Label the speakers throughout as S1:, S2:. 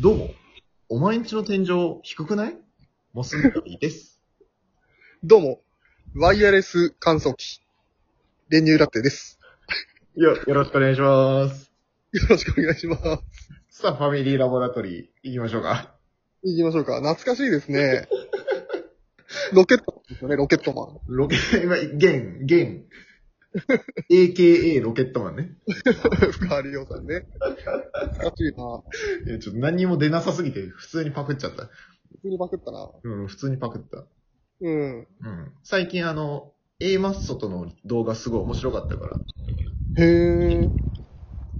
S1: どうも。お前んちの天井低くないモスの旅です。
S2: どうも、ワイヤレス乾燥機、練乳ラテです。
S1: よ、よろしくお願いします。
S2: よろしくお願いします。
S1: さあ、ファミリーラボラトリー行きましょうか。
S2: 行きましょうか。懐かしいですね。ロケットですよね、ロケットマン。
S1: ロケ、今、ゲン、ゲン。AKA ロケットマンね。
S2: 深川理央さんね。懐かしいな。
S1: いや、ちょっと何にも出なさすぎて、普通にパクっちゃった。
S2: 普通にバクったな。
S1: うん、普通にパクった。
S2: う
S1: う
S2: ん。
S1: ん。最近あの、A マッソとの動画すごい面白かったから。
S2: へえ。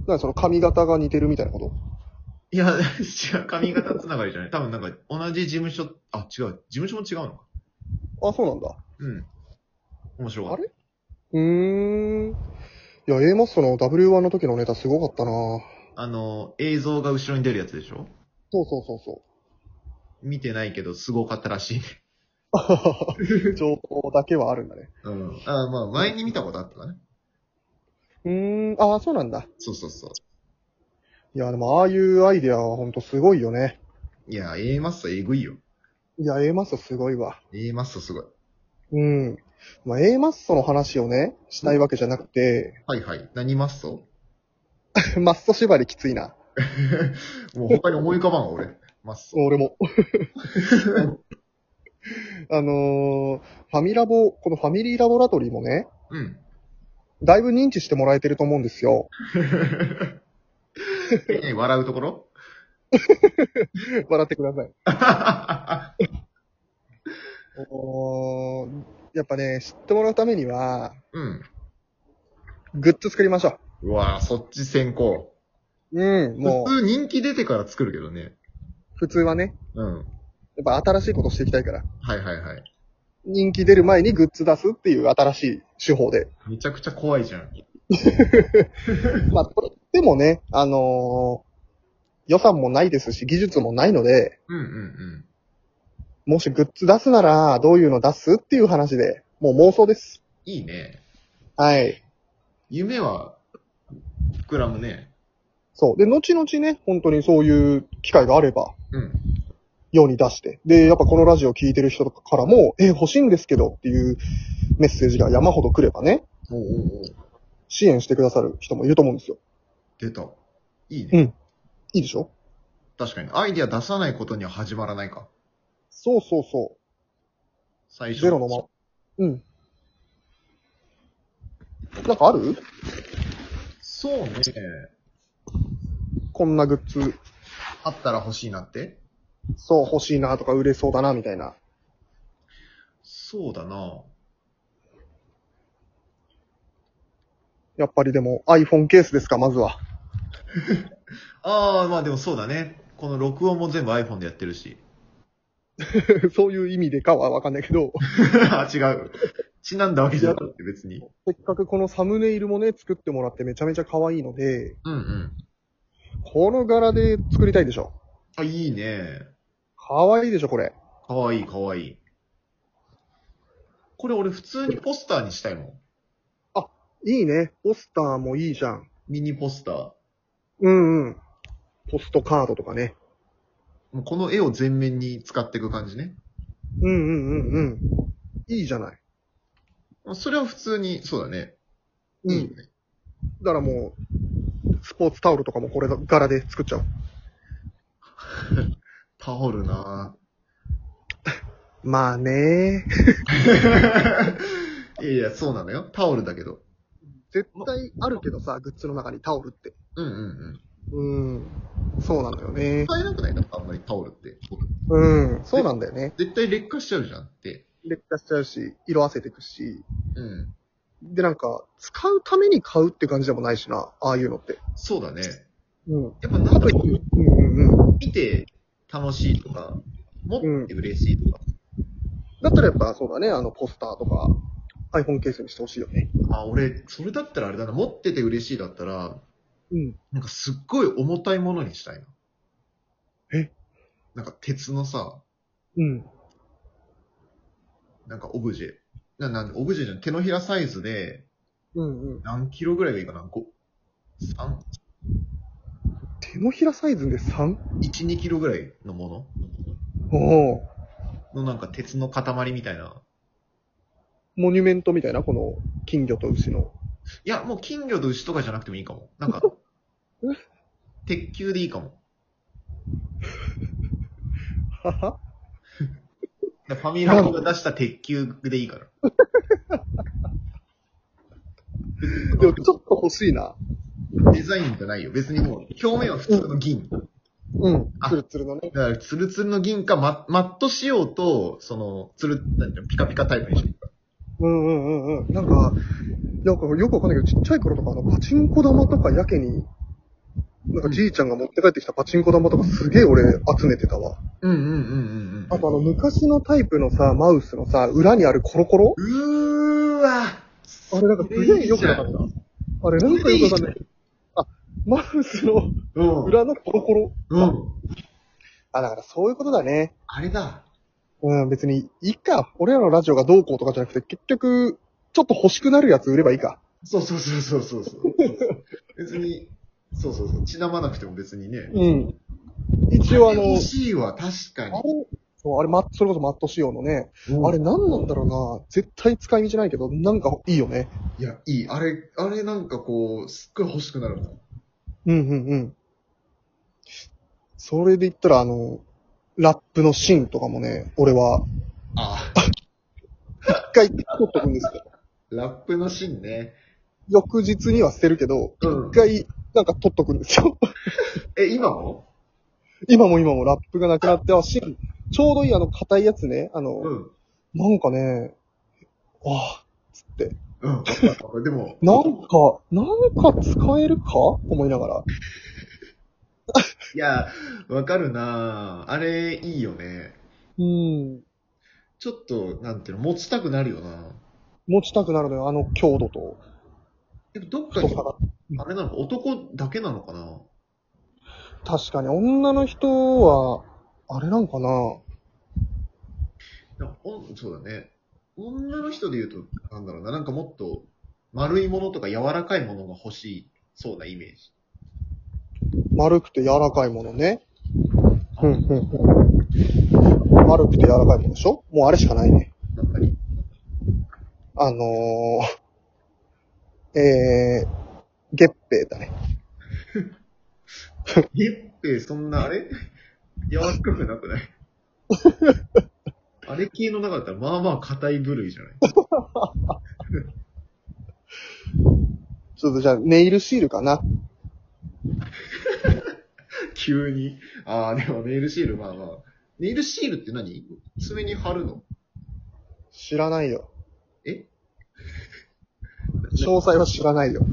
S2: なにその髪型が似てるみたいなこと
S1: いや、違う、髪型つながりじゃない。多分なんか、同じ事務所、あ、違う、事務所も違うのか。
S2: あ、そうなんだ。
S1: うん。面白かった
S2: あれ。うーん。いや、A マッソの W1 の時のネタすごかったな。
S1: あの、映像が後ろに出るやつでしょ
S2: そうそうそうそう。
S1: 見てないけど、すごかったらしいね。
S2: 情報だけはあるんだね。
S1: うん。あまあ、前に見たことあったかね。
S2: うーん、ああ、そうなんだ。
S1: そうそうそう。
S2: いや、でも、ああいうアイデアはほんとすごいよね。
S1: いや、A マッソえぐいよ。
S2: いや、A マッソすごいわ。
S1: A マッソすごい。
S2: うん。まあ、A マッソの話をね、したいわけじゃなくて、
S1: はいはい。何マッソ
S2: マッソ縛りきついな。
S1: もう他に思い浮かばんわ、俺。マッソ。
S2: 俺も。 あのーファミラボ、このファミリーラボラトリーもね、
S1: うん。
S2: だいぶ認知してもらえてると思うんですよ。
S1: え笑うとこ ろ
S2: 笑ってください。
S1: は
S2: おーやっぱね、知ってもらうためには、
S1: うん。
S2: グッズ作りましょ
S1: うわぁ、そっち先行。
S2: う。うん、もう、
S1: 普通人気出てから作るけどね。
S2: 普通はね、
S1: うん。
S2: やっぱ新しいことしていきたいから。
S1: はいはいはい。
S2: 人気出る前にグッズ出すっていう新しい手法で。
S1: めちゃくちゃ怖いじゃん。
S2: まあ、これでもね、あのー予算もないですし、技術もないので、
S1: うんうんうん。
S2: もしグッズ出すなら、どういうの出すっていう話で、もう妄想です。
S1: いいね。
S2: はい。
S1: 夢は、膨らむね。
S2: そう。で、後々ね、本当にそういう機会があれば、
S1: うん。
S2: 世に出して。で、やっぱこのラジオ聞いてる人からも、え、欲しいんですけどっていうメッセージが山ほど来ればね、
S1: おうおうおう
S2: 支援してくださる人もいると思うんですよ。
S1: 出た。いいね。
S2: うんいいでしょ
S1: 確かに。アイディア出さないことには始まらないか。
S2: そうそうそ
S1: 最
S2: う。
S1: 初。
S2: ゼロのまま。うん。なんかある
S1: そうね。
S2: こんなグッズ、
S1: あったら欲しいなって。
S2: そう欲しいなとか売れそうだなみたいな。
S1: そうだな
S2: やっぱりでも iPhone ケースですか、まずは。
S1: ああ、まあでもそうだね。この録音も全部 iPhone でやってるし。
S2: そういう意味でかはわかんないけど、
S1: あ、違う。ちなんだわけじゃなくて別に。
S2: せっかくこのサムネイルもね、作ってもらってめちゃめちゃ可愛いので、
S1: うんうん。
S2: この柄で作りたいでしょ。
S1: あ、いいね。
S2: 可愛いでしょ、これ。
S1: かわいいかわいい。これ俺普通にポスターにしたいもん。
S2: いいね。ポスターもいいじゃん。
S1: ミニポスター。
S2: うんうん。ポストカードとかね。
S1: もうこの絵を全面に使っていく感じね。
S2: うんうんうんうん。いいじゃない。
S1: それは普通に、そうだね。
S2: う
S1: いいよ
S2: ん。
S1: ね。
S2: だからもう、スポーツタオルとかもこれ柄で作っちゃう。
S1: タオルな
S2: まあね
S1: ぁ。いやいや、そうなのよ。タオルだけど。
S2: 絶対あるけどさ、グッズの中にタオルって。
S1: うんうんうん。
S2: うん。そうなんだよね。
S1: 使えなくないなんかあんまりタオルって。
S2: うん。そうなんだよね。
S1: 絶対劣化しちゃうじゃんって。
S2: 劣化しちゃうし、色あせてくし。
S1: うん。
S2: で、なんか、使うために買うって感じでもないしな。ああいうのって。
S1: そうだね。
S2: うん。
S1: やっぱなんか
S2: うんうんうん。
S1: 見て楽しいとか、持って嬉しいとか。
S2: だったらやっぱそうだね、あの、ポスターとか、iPhone ケースにしてほしいよね。
S1: あ、俺、それだったらあれだな。持ってて嬉しいだったら、
S2: うん。
S1: なんかすっごい重たいものにしたいな。
S2: え
S1: なんか鉄のさ、
S2: うん。
S1: なんかオブジェ。な、なんオブジェじゃん。手のひらサイズで、
S2: うんうん。
S1: 何キロぐらいがいいかな ?5、3?
S2: 手手のひらサイズで 3?
S1: 1、2キロぐらいのも
S2: おー
S1: ののなんか鉄の塊みたいな。
S2: モニュメントみたいな、この金魚と牛の。
S1: いや、もう金魚と牛とかじゃなくてもいいかも。なん か、鉄球でいいかも。
S2: はは
S1: だからファミラボが出した鉄球でいいから。
S2: でもちょっと欲しいな。
S1: デザインじゃないよ。別にもう、表面は普通の銀。だ
S2: うん。
S1: あ
S2: ツルツルのね。
S1: から、ツルツルの銀か、ま、マット仕様と、その、ツル、なんていうの、ピカピカタイプにしてる。
S2: うんうんうんうん。なんか、なんかよくわかんないけど、ちっちゃい頃とか、あの、パチンコ玉とかやけに、なんかじいちゃんが持って帰ってきたパチンコ玉とかすげえ俺集めてたわ。
S1: うんうんうんうんう
S2: あ
S1: ん。
S2: とあの、昔のタイプのさ、マウスのさ、裏にあるコロコロ
S1: うーわ
S2: あれなんかすげえ良くなかった。あれなんかよくわかんない。あ、マウスの
S1: うん。
S2: 裏のコロコロ。
S1: うん。
S2: あ、だからそういうことだね。
S1: あれだ。
S2: うん、別に、いいか。俺らのラジオがどうこうとかじゃなくて、結局、ちょっと欲しくなるやつ売ればいいか。
S1: そうそうそうそうそうそう。別に、そうそうそう。血なまなくても別にね。
S2: うん。一応あの、
S1: 欲しいは確か
S2: あ
S1: に。
S2: れ、そうあれ、ま、それこそマット仕様のね、あれ何なんだろうな、絶対使い道ないけど、なんかいいよね。
S1: いや、いい。あれ、あれなんかこう、すっごい欲しくなるもん。
S2: うんうんうん。それで言ったら、あの、ラップの芯とかもね、俺は、
S1: あ
S2: 一回取っとくんですけど、
S1: ラップの芯ね。
S2: 翌日には捨てるけど、
S1: うん
S2: 一。回、なんか取っとくんですよ。
S1: え、今も
S2: 今も今もラップがなくなって、あ、芯、ちょうどいいあの、硬いやつね、あの、
S1: うん。
S2: なんかね、ああ、つって、
S1: うん。でも、
S2: なんか、なんか使えるかと思いながら。
S1: いや、わかるなぁあれ、いいよね。
S2: うん。
S1: ちょっと、なんていうの、持ちたくなるよな
S2: 持ちたくなるのよ、あの強度と。
S1: でも、どっか
S2: 太
S1: に
S2: さ、が。
S1: あれなのか、男だけなのかな
S2: 確かに、女の人は、あれなんかな
S1: なんかおそうだね。女の人で言うと、なんだろうな、なんかもっと丸いものとか柔らかいものが欲しい、そうなイメージ。
S2: 丸くて柔らかいものね。
S1: うん
S2: うん、うん。丸くて柔らかいものでしょもうあれしかないね。
S1: なんかに。
S2: あのー、えー、月餅だね。
S1: ゲッペ、そんな、あれ柔らかくなくない あれ系の中だったら、まあまあ硬い部類じゃない
S2: ちょっとじゃあ、ネイルシールかな。
S1: 急に。ああ、でもネイルシール、まあまあ。ネイルシールって何爪に貼るの
S2: 知らないよ。
S1: え
S2: 詳細は知らないよ。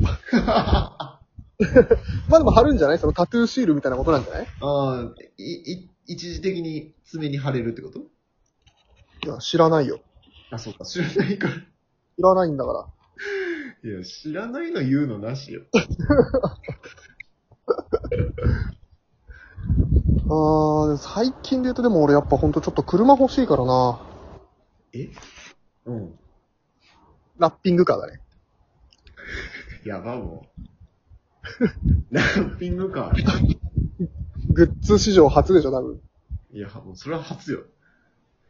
S2: まあでも貼るんじゃないそのタトゥーシールみたいなことなんじゃない
S1: ああ、い、い、一時的に爪に貼れるってこと
S2: いや、知らないよ。
S1: あ、そうか、知らないから。
S2: 知らないんだから。
S1: いや、知らないの言うのなしよ。
S2: あー、でも最近で言うとでも俺やっぱほんとちょっと車欲しいからな。
S1: えうん。
S2: ラッピングカーだね。
S1: やばもう。 ラッピングか。
S2: グッズ史上初でしょ、多分。
S1: いや、もうそれは初よ。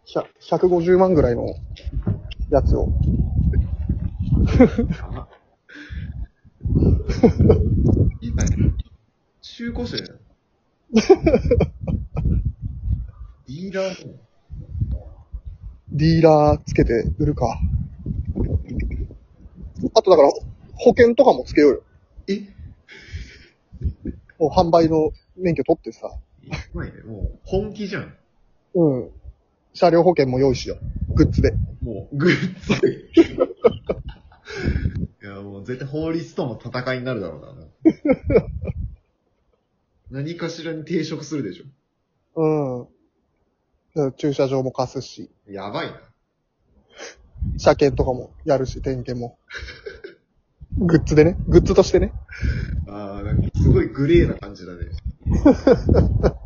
S2: 100 150万ぐらいのやつを。
S1: やば。今、中古車やん。ディーラーも
S2: ディーラーつけて売るか。あとだから、保険とかもつけようよ。
S1: え
S2: もう販売の免許取ってさ。
S1: やばいね。もう、本気じゃん。
S2: うん。車両保険も用意しよう。グッズで。
S1: もう、グッズ。いや、もう絶対法律との戦いになるだろうな。何かしらに抵触するでしょ。
S2: うん。だから駐車場も貸すし、
S1: やばいな。
S2: 車検とかもやるし、点検も。グッズでね。グッズとしてね。
S1: ああ、なんかすごいグレーな感じだね。なんだろ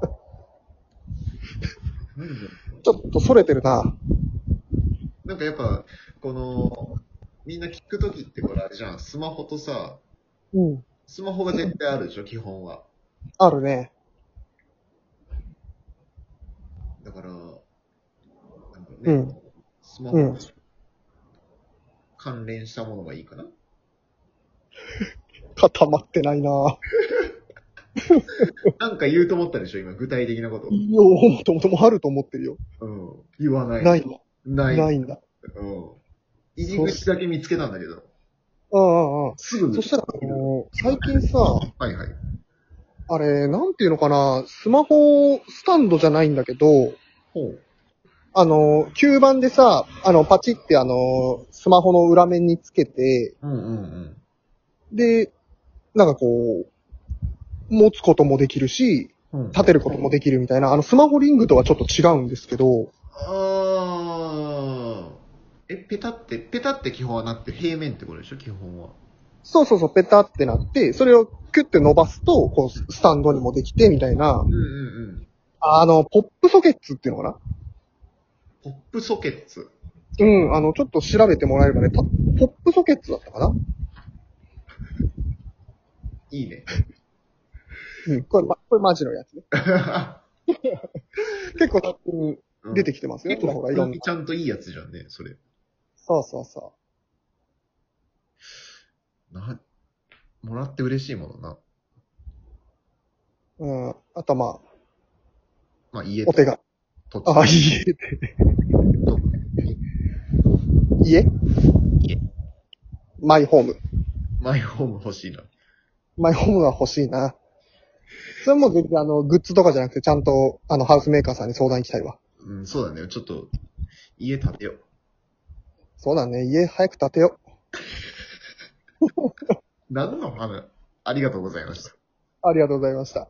S2: ちょっと逸れてるな。
S1: うなんかやっぱ、この、みんな聞くときってこれあれじゃん。スマホとさ、
S2: うん。
S1: スマホが絶対あるでしょ、基本は。
S2: あるね。
S1: だから、なんだろう
S2: う
S1: ね、
S2: ん
S1: スマ
S2: う
S1: ホ
S2: ん。
S1: 関連したものがいいかな。
S2: 固まってないなぁ。
S1: なんか言うと思ったでしょ、今、具体的なこと。
S2: いや、もともともあると思ってるよ。
S1: うん。言わない。
S2: ない。の。
S1: ない。
S2: ないんだ。
S1: うん。入り口だけ見つけたんだけど。
S2: ああ、ああ。
S1: すぐ
S2: そしたら、あのー最近さ、
S1: はいはい。
S2: あれ、なんていうのかな、スマホスタンドじゃないんだけど、
S1: ほう。
S2: あのー、吸盤でさ、あの、パチってあのー、スマホの裏面につけて、
S1: うんうんうん。
S2: で、なんかこう、持つこともできるし、
S1: うん、
S2: 立てることもできるみたいな、あの、スマホリングとはちょっと違うんですけど、
S1: あー。え、ペタって、ペタって基本はなって、平面ってことでしょ、基本は。
S2: そうそうそう、ペタってなって、それをキュッて伸ばすと、こう、スタンドにもできて、みたいな
S1: う、んうんうん。
S2: あの、ポップソケッツっていうのかな
S1: ポップソケッツ。
S2: うん、あの、ちょっと調べてもらえればね、ポポップソケッツだったかない
S1: いね。
S2: うん、これ、ま、これマジのやつね。結構最近出て
S1: き
S2: きてます
S1: た
S2: よ、ちらほらいろんな。
S1: ちゃんといいやつじゃんね、それ。
S2: そうそうそ
S1: な、もらって嬉しいものな。
S2: う。うん。あとまあ、
S1: まあ、家
S2: お手紙。
S1: と土
S2: あ、
S1: 地
S2: 家で。
S1: と
S2: 家
S1: 家
S2: マイホーム。
S1: マイホーム欲しいな。
S2: マイホームが欲しいな。それも全然あの、グッズとかじゃなくて、ちゃんと、あの、ハウスメーカーさんに相談行きたいわ。
S1: うん、そうだね。ちょっと、家建てよう。
S2: そうだね、家早く建てよう。
S1: 何の話ありがとうございました。
S2: ありがとうございました。